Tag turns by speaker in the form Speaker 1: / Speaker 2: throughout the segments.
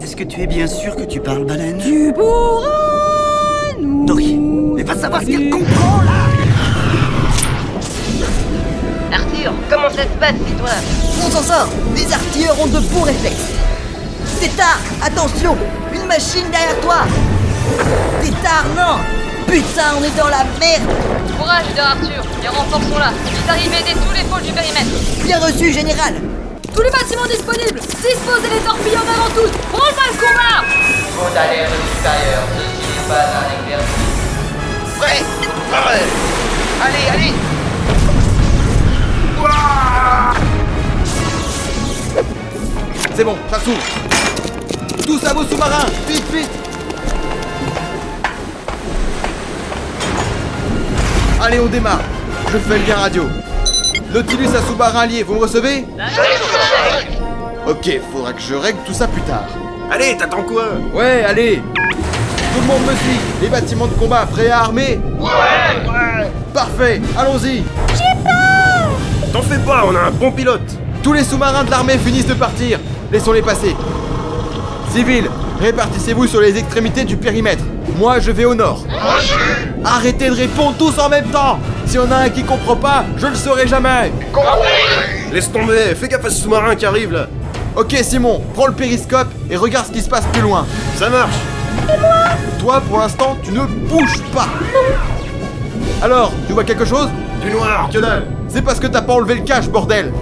Speaker 1: Est-ce que tu es bien sûr que tu parles baleine
Speaker 2: Tu pourras nous.
Speaker 1: Dory, mais va savoir ce qu'elle comprend là
Speaker 3: Arthur, comment ça se passe, dis-toi
Speaker 4: On s'en sort Les artilleurs ont de bons réflexes Tétard, attention Une machine derrière toi Tétard, non Putain, on est dans la merde
Speaker 3: Courage, leader Arthur, les renforts sont là. Ils arrivent à aider tous les pôles du périmètre.
Speaker 4: Bien reçu, général
Speaker 2: Tous les bâtiments disponibles Disposez les torpilles en avant toutes Branle pas le combat
Speaker 5: Mot d'alerte supérieur, ceci n'est pas un exercice.
Speaker 6: Prêt Prêt Allez, allez
Speaker 7: C'est bon, ça s'ouvre Tous à vos sous-marins Vite, vite Allez, on démarre Je fais le lien radio. Nautilus à sous-marin allié, vous me recevez Ok, faudra que je règle tout ça plus tard.
Speaker 6: Allez, t'attends quoi
Speaker 7: Ouais, allez Tout le monde me suit Les bâtiments de combat prêts à armer Ouais Parfait, allons-y
Speaker 6: T'en fais pas, on a un bon pilote
Speaker 7: Tous les sous-marins de l'armée finissent de partir. Laissons-les passer. Civils, répartissez-vous sur les extrémités du périmètre. Moi, je vais au nord. Arrêtez de répondre tous en même temps. Si on a un qui comprend pas, je le saurai jamais.
Speaker 6: Laisse tomber, fais gaffe à ce sous-marin qui arrive là
Speaker 7: Ok, Simon, prends le périscope et regarde ce qui se passe plus loin.
Speaker 6: Ça marche
Speaker 7: Toi, pour l'instant, tu ne bouges pas. Alors, tu vois quelque chose
Speaker 6: Du noir, que dalle
Speaker 7: C'est parce que t'as pas enlevé le cache, bordel.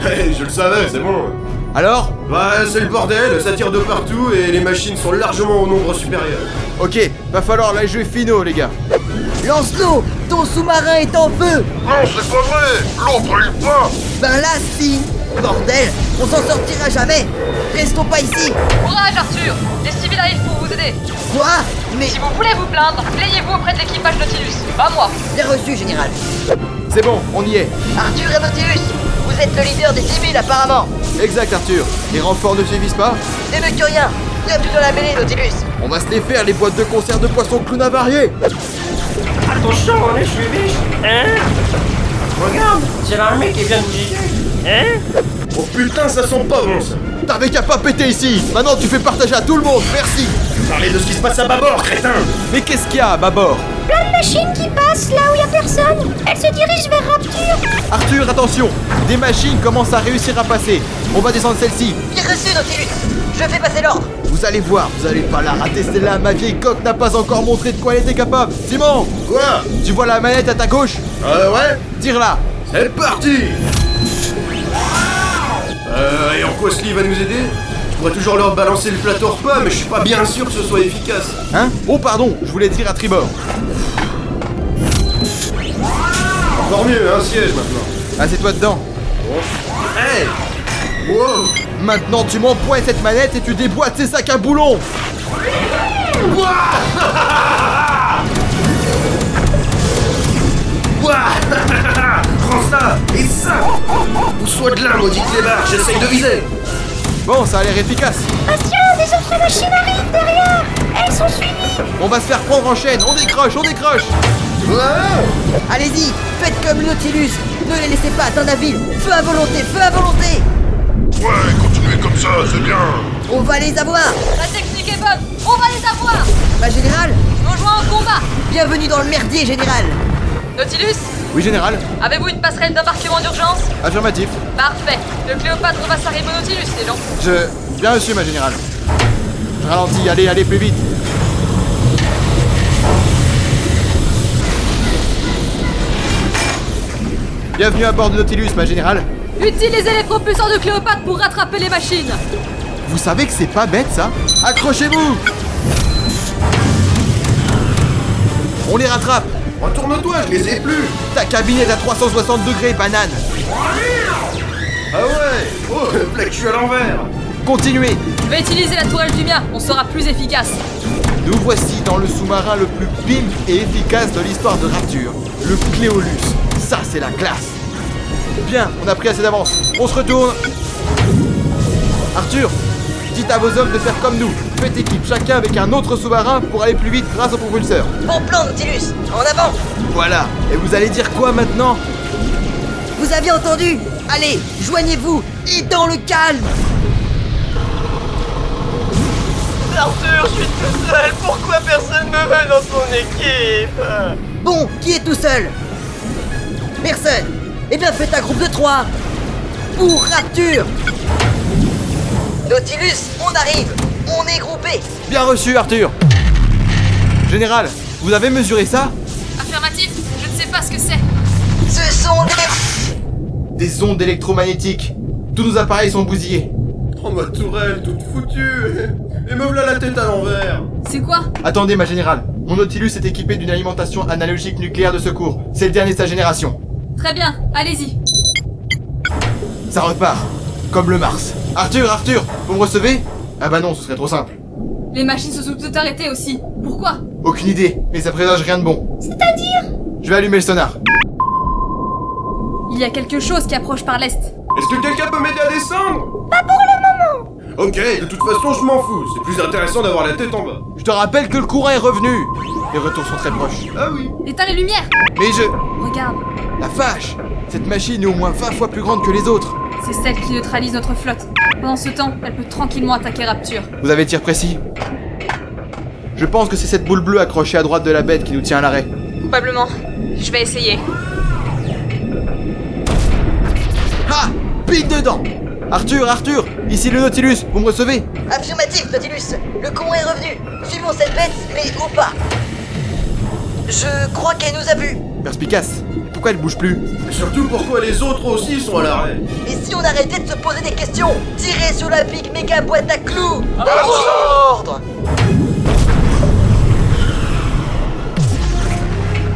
Speaker 6: Hey, Eh, je le savais, c'est bon
Speaker 7: Alors,
Speaker 6: Bah, c'est le bordel, ça tire de partout et les machines sont largement au nombre supérieur.
Speaker 7: ok, va falloir la jouer finaux, les gars.
Speaker 4: Lancelot, ton sous-marin est en feu
Speaker 6: Non, c'est pas vrai L'eau brûle pas
Speaker 4: Ben là, si Bordel, on s'en sortira jamais Restons pas ici
Speaker 3: Courage, Arthur Les civils arrivent pour vous aider.
Speaker 4: Quoi Mais
Speaker 3: Si vous voulez vous plaindre, plaignez-vous auprès de l'équipage Nautilus. Pas moi.
Speaker 4: bien reçu, général
Speaker 7: C'est bon, on y est.
Speaker 4: Arthur et Nautilus, vous êtes le leader des civils apparemment
Speaker 7: Exact, Arthur. Les renforts ne suffisent pas
Speaker 4: Et ne que rien Bienvenue dans la mêlée, Nautilus
Speaker 7: On va se les faire, les boîtes de concert de poissons clown avariés
Speaker 8: Attention, on est suivi. Hein Regarde, c'est l'armée qui vient nous gifler. Hein
Speaker 6: Oh putain, ça sent pas bon ça
Speaker 7: T'avais qu'à pas péter ici Maintenant, tu fais partager à tout le monde, merci
Speaker 6: Parlez de ce qui se passe à bâbord, crétin
Speaker 7: Mais qu'est-ce qu'il y a à bâbord
Speaker 9: Plein de machines qui passent là où il n'y a personne. Elles se dirigent vers Rapture.
Speaker 7: Arthur, attention Des machines commencent à réussir à passer. On va descendre celle-ci.
Speaker 4: Bien reçu, Nautilus Je fais passer l'ordre
Speaker 7: Vous allez voir, vous allez pas la rater, celle-là. Ma vieille coque n'a pas encore montré de quoi elle était capable. Simon
Speaker 6: Quoi
Speaker 7: Tu vois la manette à ta gauche
Speaker 6: Euh, ouais
Speaker 7: Tire-la
Speaker 6: C'est parti Euh, et en quoi Slee va nous aider Je pourrais toujours leur balancer le plateau repas, mais je suis pas bien sûr que ce soit efficace.
Speaker 7: Hein Oh, pardon, je voulais dire à tribord.
Speaker 6: Encore mieux, un siège maintenant.
Speaker 7: Assieds-toi dedans.
Speaker 6: Hey Wow
Speaker 7: Maintenant, tu m'empoignes cette manette et tu déboîtes ces sacs à boulons
Speaker 6: Ouah Prends ça Et ça Ou soit de là, maudit clébard, j'essaye de viser
Speaker 7: Bon, ça a l'air efficace.
Speaker 9: Ah tiens, des autres machines arrivent derrière. Elles sont suivies.
Speaker 7: On va se faire prendre en chaîne, on décroche, on décroche
Speaker 6: Wow
Speaker 4: Allez-y, faites comme le Nautilus Ne les laissez pas atteindre la ville Feu à volonté, feu à volonté
Speaker 10: Ouais, continuez comme ça, c'est bien.
Speaker 4: On va les avoir
Speaker 3: La technique est bonne, on va les avoir
Speaker 4: Ma général,
Speaker 3: Nous joint au combat
Speaker 4: bienvenue dans le merdier, général
Speaker 3: Nautilus,
Speaker 7: Oui, général
Speaker 3: avez-vous une passerelle d'embarquement d'urgence
Speaker 7: Affirmatif.
Speaker 3: Parfait Le Cléopâtre va s'arriver au Nautilus, les gens
Speaker 7: Je... Bien reçu, ma générale. Je ralentis, allez, allez, plus vite. Bienvenue à bord du Nautilus, ma générale.
Speaker 2: Utilisez les propulseurs de Cléopâtre pour rattraper les machines
Speaker 7: Vous savez que c'est pas bête, ça Accrochez-vous On les rattrape
Speaker 6: Retourne-toi, je les ai plus
Speaker 7: Ta cabine est à 360 degrés, banane
Speaker 6: Ah ouais Oh, le plaque, je suis à l'envers
Speaker 7: Continuez
Speaker 2: Je vais utiliser la tourelle du mien, on sera plus efficace
Speaker 7: Nous voici dans le sous-marin le plus bim et efficace de l'histoire de Rapture, le Cléolus. Ça, c'est la classe. Bien, on a pris assez d'avance. On se retourne. Arthur, dites à vos hommes de faire comme nous. Faites équipe, chacun avec un autre sous-marin pour aller plus vite grâce au propulseur.
Speaker 4: Bon plan, Nautilus En avant
Speaker 7: Voilà. Et vous allez dire quoi maintenant
Speaker 4: Vous aviez entendu Allez, joignez-vous et dans le calme
Speaker 5: Arthur, je suis tout seul. Pourquoi personne me veut dans son équipe
Speaker 4: Bon, qui est tout seul Personne Eh bien, faites un groupe de trois Pour Rapture Nautilus, on arrive On est groupé
Speaker 7: Bien reçu, Arthur Général, vous avez mesuré ça
Speaker 2: Affirmatif, je ne sais pas ce que c'est.
Speaker 4: Ce sont des...
Speaker 7: Des ondes électromagnétiques. Tous nos appareils sont bousillés.
Speaker 6: Oh ma tourelle toute foutue Et me v'là la tête à l'envers
Speaker 2: C'est quoi
Speaker 7: Attendez, ma générale. Mon Nautilus est équipé d'une alimentation analogique nucléaire de secours. C'est le dernier de sa génération.
Speaker 2: Très bien, allez-y.
Speaker 7: Ça repart. Comme le Mars. Arthur, Arthur, vous me recevez Ah bah non, ce serait trop simple.
Speaker 2: Les machines se sont toutes arrêtées aussi. Pourquoi
Speaker 7: Aucune idée, mais ça présage rien de bon. C'est-à-dire Je vais allumer le sonar.
Speaker 2: Il y a quelque chose qui approche par l'est.
Speaker 6: Est-ce que quelqu'un peut m'aider à descendre Pas pour le moment Ok, de toute façon, je m'en fous. C'est plus intéressant d'avoir la tête en bas.
Speaker 7: Je te rappelle que le courant est revenu. Les retours sont très proches.
Speaker 6: Ah oui
Speaker 2: Éteins les lumières
Speaker 7: Mais je...
Speaker 2: Regarde,
Speaker 7: La vache Cette machine est au moins 20 fois plus grande que les autres.
Speaker 2: c'est celle qui neutralise notre flotte. Pendant ce temps, elle peut tranquillement attaquer Rapture.
Speaker 7: Vous avez tir précis Je pense que c'est cette boule bleue accrochée à droite de la bête qui nous tient à l'arrêt.
Speaker 3: Probablement. Je vais essayer.
Speaker 7: Ah Pile dedans Arthur, Arthur Ici le Nautilus, vous me recevez
Speaker 4: Affirmatif, Nautilus Le con est revenu Suivons cette bête, mais ou pas Je crois qu'elle nous a vus
Speaker 7: Perspicace. Pourquoi elle bouge plus
Speaker 6: Et surtout, pourquoi les autres aussi sont à l'arrêt
Speaker 4: Et si on arrêtait de se poser des questions Tirez sur la big méga boîte à clous
Speaker 8: Ah,
Speaker 4: ordre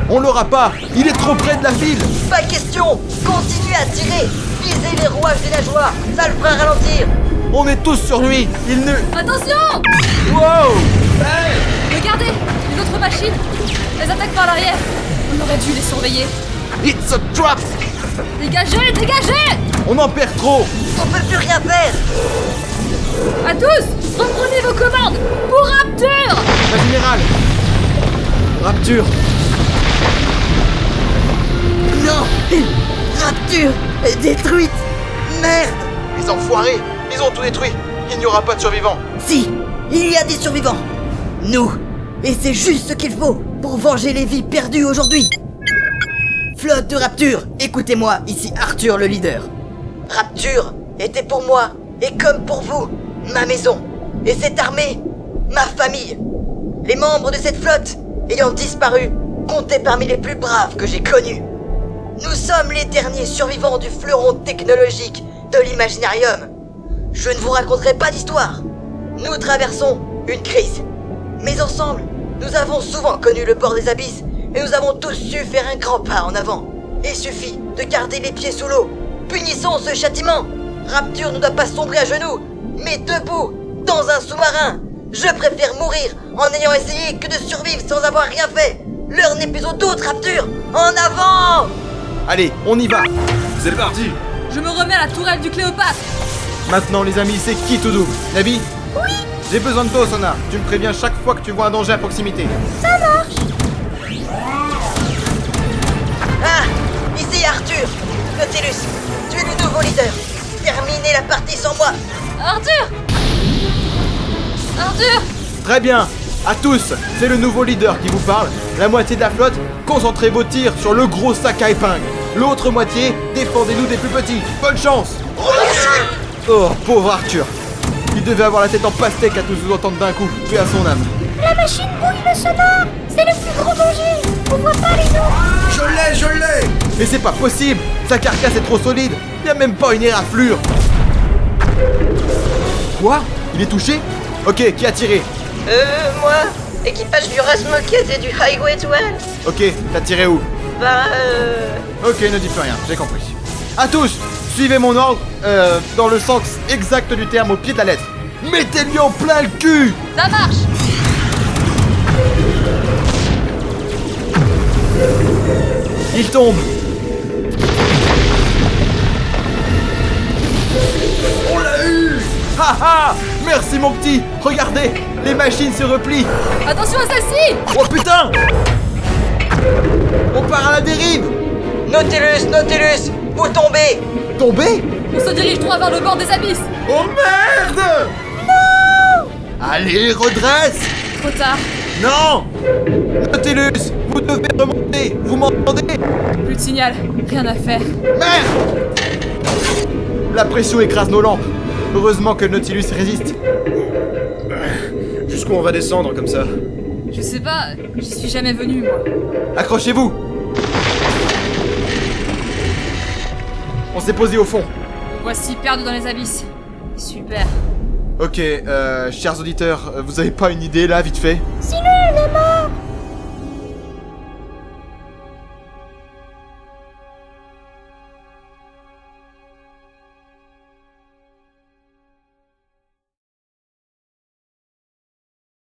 Speaker 7: On l'aura pas Il est trop près de la file
Speaker 4: Pas question Continuez à tirer Visez les rouages des nageoires Ça le fera ralentir
Speaker 7: On est tous sur lui Il ne...
Speaker 2: Attention
Speaker 7: Wow
Speaker 2: Regardez Les autres machines Elles attaquent par l'arrière On aurait dû les surveiller.
Speaker 7: It's a trap
Speaker 2: Dégagez Dégagez
Speaker 7: On en perd trop
Speaker 4: On peut plus rien faire
Speaker 2: À tous Reprenez vos commandes Pour Rapture
Speaker 7: La générale Rapture
Speaker 4: Non Rapture est détruite Merde
Speaker 7: Les enfoirés Ils ont tout détruit Il n'y aura pas de survivants
Speaker 4: Si Il y a des survivants Nous Et c'est juste ce qu'il faut pour venger les vies perdues aujourd'hui Flotte de Rapture Écoutez-moi, ici Arthur le leader. Rapture était pour moi, et comme pour vous, ma maison, et cette armée, ma famille. Les membres de cette flotte, ayant disparu, comptaient parmi les plus braves que j'ai connus. Nous sommes les derniers survivants du fleuron technologique de l'imaginarium. Je ne vous raconterai pas d'histoire. Nous traversons une crise. Mais ensemble, nous avons souvent connu le bord des abysses et nous avons tous su faire un grand pas en avant. Il suffit de garder les pieds sous l'eau. Punissons ce châtiment. Rapture ne doit pas sombrer à genoux, mais debout, dans un sous-marin. Je préfère mourir en ayant essayé que de survivre sans avoir rien fait. L'heure n'est plus aux doutes, Rapture. En avant
Speaker 7: Allez, on y va
Speaker 6: C'est parti
Speaker 2: Je me remets à la tourelle du Cléopâtre
Speaker 7: Maintenant les amis, c'est qui tout double Nabi Oui J'ai besoin de toi, Sana Tu me préviens chaque fois que tu vois un danger à proximité.
Speaker 4: Ah Ici Arthur Nautilus, tu es le nouveau leader. Terminez la partie sans moi.
Speaker 3: Arthur Arthur
Speaker 7: Très bien À tous C'est le nouveau leader qui vous parle. La moitié de la flotte, concentrez vos tirs sur le gros sac à épingle. L'autre moitié, défendez-nous des plus petits. Bonne chance Oh, pauvre Arthur Il devait avoir la tête en pastèque à tous vous entendre d'un coup, puis à son âme.
Speaker 9: La machine bouille le sonar C'est le plus gros danger On voit pas les autres
Speaker 6: Je l'ai, je l'ai
Speaker 7: Mais c'est pas possible Sa carcasse est trop solide Il y a même pas une éraflure Quoi Il est touché Ok, qui a tiré
Speaker 5: Euh, moi Équipage du Rasmoquette et du Highway to Hell
Speaker 7: Ok, t'as tiré où
Speaker 5: Bah, euh...
Speaker 7: Ok, ne dis plus rien, j'ai compris. À tous, suivez mon ordre, euh, dans le sens exact du terme, au pied de la lettre. Mettez-lui en plein le cul
Speaker 3: Ça marche
Speaker 7: Il tombe On l'a eu Ha ha Merci mon petit Regardez Les machines se replient
Speaker 2: Attention à celle-ci
Speaker 7: Oh putain On part à la dérive
Speaker 4: Nautilus, Nautilus, vous tombez
Speaker 7: Tomber
Speaker 2: On se dirige droit vers le bord des abysses
Speaker 7: Oh merde Allez, redresse
Speaker 2: Trop tard.
Speaker 7: Non Nautilus, vous devez remonter Vous m'entendez
Speaker 2: Plus de signal. Rien à faire.
Speaker 7: Merde La pression écrase nos lampes Heureusement que Nautilus résiste
Speaker 6: Jusqu'où on va descendre comme ça
Speaker 2: Je sais pas, j'y suis jamais venu, moi.
Speaker 7: Accrochez-vous On s'est posé au fond.
Speaker 2: Voici perdu dans les abysses. Super.
Speaker 7: Ok, euh, chers auditeurs, euh, vous avez pas une idée là, vite fait
Speaker 9: Sinon, on est mort